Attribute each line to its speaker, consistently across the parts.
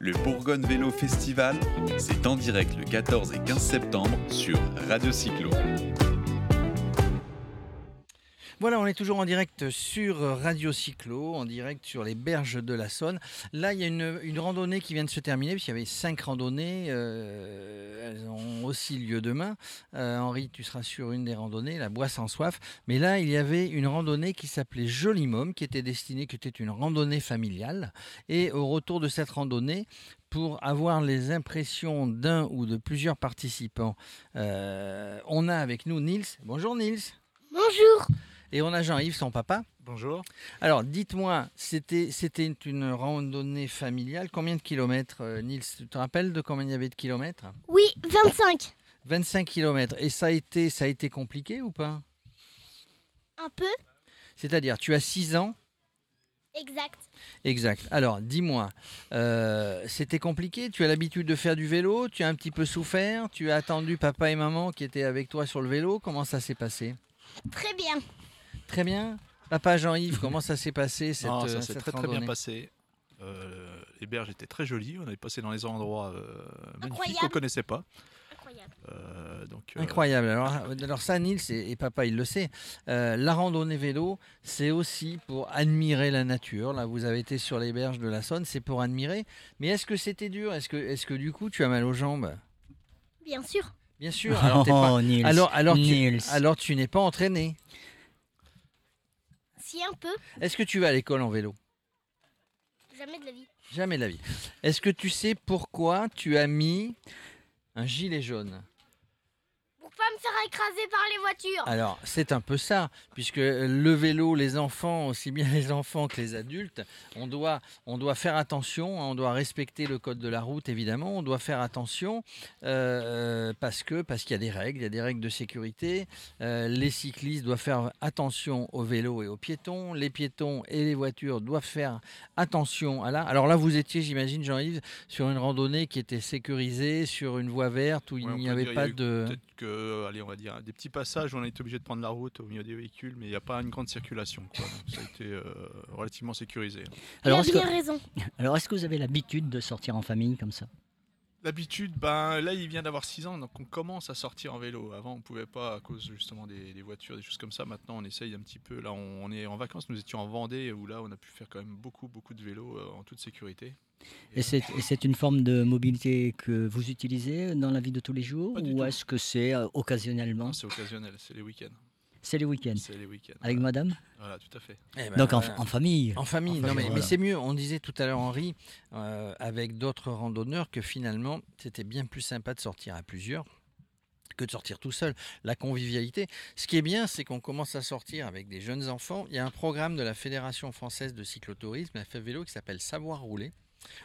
Speaker 1: Le Bourgogne Vélo Festival, c'est en direct le 14 et 15 septembre sur Radio Cyclo.
Speaker 2: Voilà, on est toujours en direct sur Radio Cyclo, en direct sur les berges de la Saône. Là, il y a une, une randonnée qui vient de se terminer, puisqu'il y avait cinq randonnées. euh, elles ont aussi lieu demain. Euh, Henri, tu seras sur une des randonnées, la Bois sans soif. Mais là, il y avait une randonnée qui s'appelait Jolimum, qui était destinée, qui était une randonnée familiale. Et au retour de cette randonnée, pour avoir les impressions d'un ou de plusieurs participants, euh, on a avec nous Nils. Bonjour Nils.
Speaker 3: Bonjour.
Speaker 2: Et on a Jean-Yves, son papa.
Speaker 4: Bonjour.
Speaker 2: Alors, dites-moi, c'était c'était une randonnée familiale. Combien de kilomètres, euh, Nils Tu te rappelles de combien il y avait de kilomètres
Speaker 3: Oui, 25.
Speaker 2: 25 kilomètres. Et ça a été ça a été compliqué ou pas
Speaker 3: Un peu
Speaker 2: C'est-à-dire, tu as 6 ans
Speaker 3: Exact.
Speaker 2: Exact. Alors, dis-moi, euh, c'était compliqué Tu as l'habitude de faire du vélo Tu as un petit peu souffert Tu as attendu papa et maman qui étaient avec toi sur le vélo Comment ça s'est passé
Speaker 3: Très bien.
Speaker 2: Très bien. Papa Jean-Yves, comment ça s'est passé cette,
Speaker 4: Non,
Speaker 2: euh,
Speaker 4: ça s'est
Speaker 2: cette
Speaker 4: très très bien
Speaker 2: randonnée
Speaker 4: passé. Euh, les berges étaient très jolies. On avait passé dans les endroits euh, magnifiques
Speaker 3: Incroyable.
Speaker 4: qu'on ne connaissait pas.
Speaker 3: Incroyable.
Speaker 4: Euh, donc, euh,
Speaker 2: Incroyable. Alors, alors ça, Nils et, et papa, il le sait. euh, la randonnée vélo, c'est aussi pour admirer la nature. Là, vous avez été sur les berges de la Saône, c'est pour admirer. Mais est-ce que c'était dur Est-ce que, est-ce que du coup, tu as mal aux jambes
Speaker 3: Bien sûr.
Speaker 2: Bien sûr. Alors, t'es pas-
Speaker 5: Oh, Nils.
Speaker 2: alors, alors, tu,
Speaker 5: Nils.
Speaker 2: alors, tu n'es pas entraîné.
Speaker 3: Si un peu,
Speaker 2: Est-ce que tu vas à l'école en vélo
Speaker 3: jamais de la vie.
Speaker 2: Jamais de la vie. Est-ce que tu sais pourquoi tu as mis un gilet jaune
Speaker 3: Pour pas me faire écraser par les voitures.
Speaker 2: Alors, c'est un peu ça, puisque le vélo, les enfants, aussi bien les enfants que les adultes, on doit, on doit faire attention, hein, on doit respecter le code de la route, évidemment, on doit faire attention, euh, parce que parce qu'il y a des règles, il y a des règles de sécurité. Euh, les cyclistes doivent faire attention aux vélos et aux piétons, les piétons et les voitures doivent faire attention à la... Alors là, vous étiez, j'imagine, Jean-Yves, sur une randonnée qui était sécurisée, sur une voie verte où
Speaker 4: Ouais,
Speaker 2: il
Speaker 4: on
Speaker 2: n'y
Speaker 4: peut
Speaker 2: avait
Speaker 4: dire, il y a
Speaker 2: pas
Speaker 4: eu
Speaker 2: de...
Speaker 4: Peut-être que, allez, on va dire, des petits passages où on a été obligé de prendre la route au milieu des véhicules, mais il n'y a pas une grande circulation. quoi. Donc, ça a été euh, relativement sécurisé. hein.
Speaker 5: Alors,
Speaker 3: il
Speaker 5: est-ce
Speaker 3: a
Speaker 5: que,
Speaker 3: bien raison.
Speaker 5: alors, est-ce que vous avez l'habitude de sortir en famille comme ça
Speaker 4: D'habitude, ben, là, il vient d'avoir 6 ans, donc on commence à sortir en vélo. Avant, on pouvait pas à cause justement des, des voitures, des choses comme ça. Maintenant, on essaye un petit peu. Là, on, on est en vacances, nous étions en Vendée, où là, on a pu faire quand même beaucoup, beaucoup de vélo euh, en toute sécurité.
Speaker 5: Et c'est et c'est une forme de mobilité que vous utilisez dans la vie de tous les jours
Speaker 4: Pas du
Speaker 5: Ou
Speaker 4: tout.
Speaker 5: est-ce que c'est euh, occasionnellement
Speaker 2: Hein
Speaker 4: Non, c'est occasionnel, c'est les week-ends.
Speaker 5: C'est les week-ends
Speaker 2: Euh,
Speaker 4: C'est les week-ends.
Speaker 5: avec
Speaker 4: voilà.
Speaker 5: madame
Speaker 4: Voilà, tout à fait.
Speaker 2: Eh ben,
Speaker 5: Donc en,
Speaker 2: voilà.
Speaker 5: en famille
Speaker 2: En famille,
Speaker 5: En
Speaker 2: non,
Speaker 5: famille,
Speaker 2: mais, mais
Speaker 5: voilà.
Speaker 2: c'est mieux. On disait tout à l'heure, Henri, euh, avec d'autres randonneurs, que finalement, c'était bien plus sympa de sortir à plusieurs que de sortir tout seul. La convivialité. Ce qui est bien, c'est qu'on commence à sortir avec des jeunes enfants. Il y a un programme de la Fédération française de cyclotourisme, la FVélo, qui s'appelle Savoir rouler,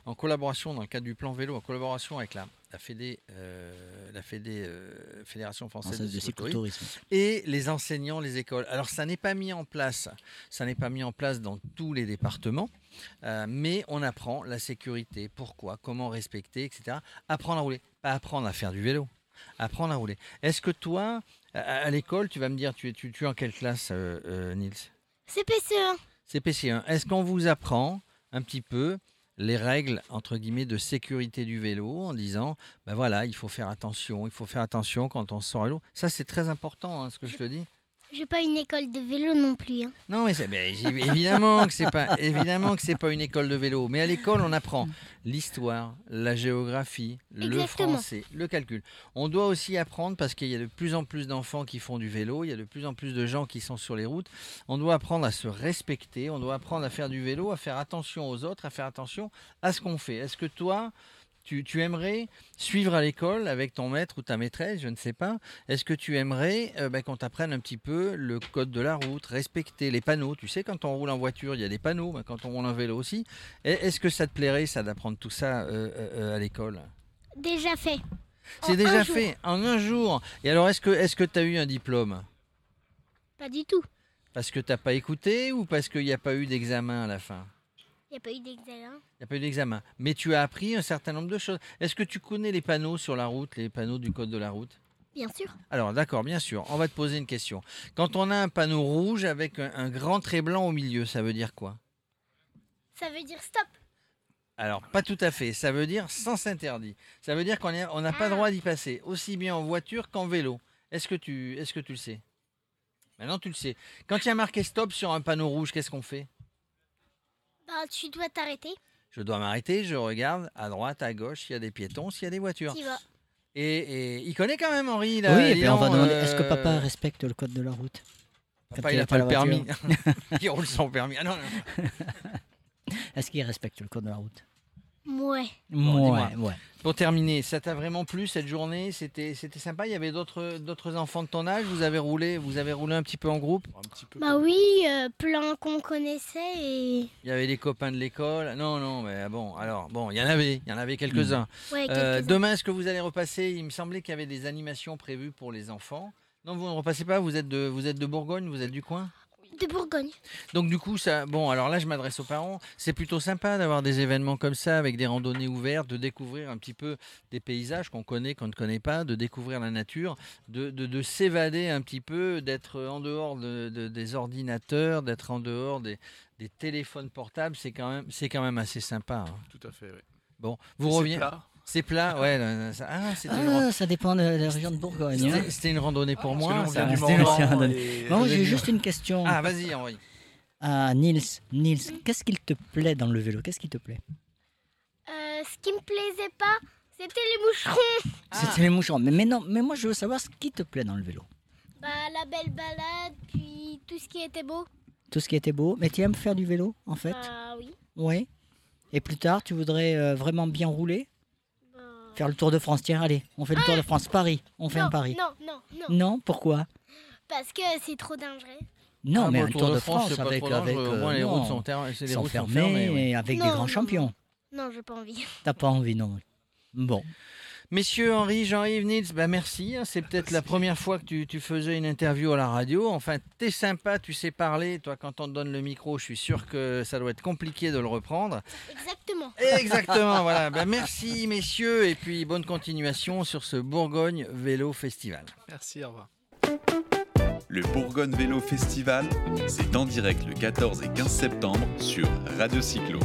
Speaker 2: en collaboration, dans le cadre du plan vélo, en collaboration avec la, la, Fédé, euh, la Fédé, euh, Fédération française
Speaker 5: Française
Speaker 2: de
Speaker 5: de
Speaker 2: cyclotourisme
Speaker 5: cyclotourisme.
Speaker 2: et les enseignants, les écoles. Alors ça n'est pas mis en place, ça n'est pas mis en place dans tous les départements, euh, mais on apprend la sécurité, pourquoi, comment respecter, etc. Apprendre à rouler, pas apprendre à faire du vélo, apprendre à rouler. Est-ce que toi, à, à l'école, tu vas me dire, tu es, tu, tu es en quelle classe, euh, euh, Nils
Speaker 3: C'est PC1.
Speaker 2: CPC1, est-ce qu'on vous apprend un petit peu les règles entre guillemets de sécurité du vélo en disant ben voilà il faut faire attention il faut faire attention quand on sort à l'eau ça c'est très important hein, ce que je te dis
Speaker 3: J'ai pas une école de vélo non plus. hein.
Speaker 2: non, mais, c'est- mais j'ai- évidemment que c'est pas évidemment que c'est pas une école de vélo. Mais à l'école, on apprend l'histoire, la géographie, le
Speaker 3: Exactement.
Speaker 2: français, le calcul. On doit aussi apprendre parce qu'il y a de plus en plus d'enfants qui font du vélo, il y a de plus en plus de gens qui sont sur les routes. On doit apprendre à se respecter, on doit apprendre à faire du vélo, à faire attention aux autres, à faire attention à ce qu'on fait. Est-ce que toi, tu, tu aimerais suivre à l'école avec ton maître ou ta maîtresse, je ne sais pas. Est-ce que tu aimerais euh, ben, qu'on t'apprenne un petit peu le code de la route, respecter les panneaux Tu sais, quand on roule en voiture, il y a des panneaux, ben, quand on roule en vélo aussi. Et Est-ce que ça te plairait, ça, d'apprendre tout ça euh, euh, euh, à l'école
Speaker 3: Déjà fait. En
Speaker 2: C'est
Speaker 3: un
Speaker 2: déjà
Speaker 3: jour.
Speaker 2: fait, en un jour. Et alors, est-ce que tu as eu un diplôme
Speaker 3: Pas du tout.
Speaker 2: Parce que t'as pas écouté ou parce qu'il n'y a pas eu d'examen à la fin
Speaker 3: Il a pas eu d'examen.
Speaker 2: Il n'y a pas eu d'examen. Mais tu as appris un certain nombre de choses. Est-ce que tu connais les panneaux sur la route, les panneaux du code de la route
Speaker 3: Bien sûr.
Speaker 2: Alors d'accord, bien sûr. On va te poser une question. Quand on a un panneau rouge avec un, un grand trait blanc au milieu, ça veut dire quoi
Speaker 3: Ça veut dire stop.
Speaker 2: Alors, pas tout à fait. Ça veut dire sens interdit. Ça veut dire qu'on est- on n'a pas droit d'y passer, aussi bien en voiture qu'en vélo. Est-ce que, tu, est que tu le sais Maintenant, tu le sais. Quand il y a marqué stop sur un panneau rouge, qu'est-ce qu'on fait
Speaker 3: Bah, tu dois t'arrêter.
Speaker 2: Je dois m'arrêter, je regarde à droite, à gauche, s'il y a des piétons, s'il y a des voitures.
Speaker 3: T'y vas.
Speaker 2: Et, et il connaît quand même Henri. Là,
Speaker 5: oui, et
Speaker 2: dis
Speaker 5: puis on va
Speaker 2: donc,
Speaker 5: demander
Speaker 2: euh,
Speaker 5: est-ce que papa respecte le code de la route
Speaker 2: papa,
Speaker 5: quand
Speaker 2: il
Speaker 5: il
Speaker 2: n'a
Speaker 5: est
Speaker 2: pas
Speaker 5: à
Speaker 2: le
Speaker 5: la
Speaker 2: permis. il roule sans permis. Ah non, non, non.
Speaker 5: Est-ce qu'il respecte le code de la route
Speaker 3: Ouais.
Speaker 2: Bon,
Speaker 5: Ouais, ouais.
Speaker 2: Pour terminer, ça t'a vraiment plu cette journée C'était c'était sympa. Il y avait d'autres d'autres enfants de ton âge. Vous avez roulé, vous avez roulé un petit peu en groupe.
Speaker 4: Un petit peu.
Speaker 3: Bah oui, euh, plein qu'on connaissait et.
Speaker 2: Il y avait des copains de l'école. Non, non, mais ah bon. Alors bon, il y en avait, il y en avait quelques-uns.
Speaker 3: Ouais,
Speaker 2: Euh,
Speaker 3: Mm. quelques-uns.
Speaker 2: demain, est-ce que vous allez repasser Il me semblait qu'il y avait des animations prévues pour les enfants. Non, vous ne repassez pas. Vous êtes de vous êtes de Bourgogne, vous êtes du coin.
Speaker 3: De Bourgogne.
Speaker 2: Donc du coup, ça, bon, alors là, je m'adresse aux parents. C'est plutôt sympa d'avoir des événements comme ça, avec des randonnées ouvertes, de découvrir un petit peu des paysages qu'on connaît, qu'on ne connaît pas, de découvrir la nature, de, de- de s'évader un petit peu, d'être en dehors de- de- des ordinateurs, d'être en dehors des, des téléphones portables. C'est quand même, c'est quand même assez sympa. hein.
Speaker 4: Tout à fait, oui.
Speaker 2: Bon, vous
Speaker 4: C'est
Speaker 2: revenez.
Speaker 4: plat.
Speaker 2: C'est plat, ouais. là, là, ça- ah, c'était une, ran-
Speaker 5: Ah, ça dépend de la région de Bourgogne. hein.
Speaker 2: c'était- c'était une randonnée pour
Speaker 4: Parce que
Speaker 2: moi.
Speaker 4: nous, on
Speaker 2: ça.
Speaker 4: vient du
Speaker 5: c'était-
Speaker 4: Morvan
Speaker 5: c'est un don-
Speaker 4: et-
Speaker 5: Bon,
Speaker 2: Vous êtes
Speaker 5: j'ai juste une question
Speaker 2: Ah, vas-y, Henri.
Speaker 5: à Nils. Nils, qu'est-ce qu'il te plaît dans le vélo Qu'est-ce qui te plaît
Speaker 3: Euh, ce qui me plaisait pas, c'était les moucherons.
Speaker 2: Ah.
Speaker 5: C'était les mouchons. Mais, mais non, mais moi je veux savoir ce qui te plaît dans le vélo.
Speaker 3: Bah, la belle balade, puis tout ce qui était beau.
Speaker 5: Tout ce qui était beau. Mais tu aimes faire du vélo en fait
Speaker 3: Bah oui.
Speaker 5: Oui. Et plus tard, tu voudrais euh, vraiment bien rouler
Speaker 3: Bah...
Speaker 5: Faire le Tour de France. Tiens, allez, on fait le Tour de France. Paris. On fait
Speaker 3: Ah. non,
Speaker 5: un Paris.
Speaker 3: Non, non, non,
Speaker 5: Non, pourquoi
Speaker 3: Parce que c'est trop dangereux.
Speaker 5: Non,
Speaker 2: Ah,
Speaker 5: mais
Speaker 2: bon,
Speaker 5: un Tour de France,
Speaker 2: c'est pas
Speaker 5: avec,
Speaker 2: trop dangereux.
Speaker 5: avec
Speaker 2: Au
Speaker 5: euh,
Speaker 2: moins, les routes
Speaker 5: non,
Speaker 2: sont, ter- les
Speaker 5: sans
Speaker 2: routes sont
Speaker 5: fermer
Speaker 2: fermées. ouais.
Speaker 5: et avec
Speaker 3: Non,
Speaker 5: des grands
Speaker 3: non,
Speaker 5: champions.
Speaker 3: Non, j'ai pas envie.
Speaker 5: T'as pas envie, non Bon,
Speaker 2: Messieurs Henri, Jean-Yves, Nils, bah merci. hein. C'est peut-être la première fois que tu, tu faisais une interview à la radio. Enfin, t'es sympa, tu sais parler. Toi, quand on te donne le micro, je suis sûr que ça doit être compliqué de le reprendre.
Speaker 3: Exactement.
Speaker 2: Exactement, voilà. Bah, merci messieurs et puis bonne continuation sur ce Bourgogne Vélo Festival.
Speaker 4: Merci, au revoir.
Speaker 1: Le Bourgogne Vélo Festival, c'est en direct le 14 et 15 septembre sur Radio Cyclo.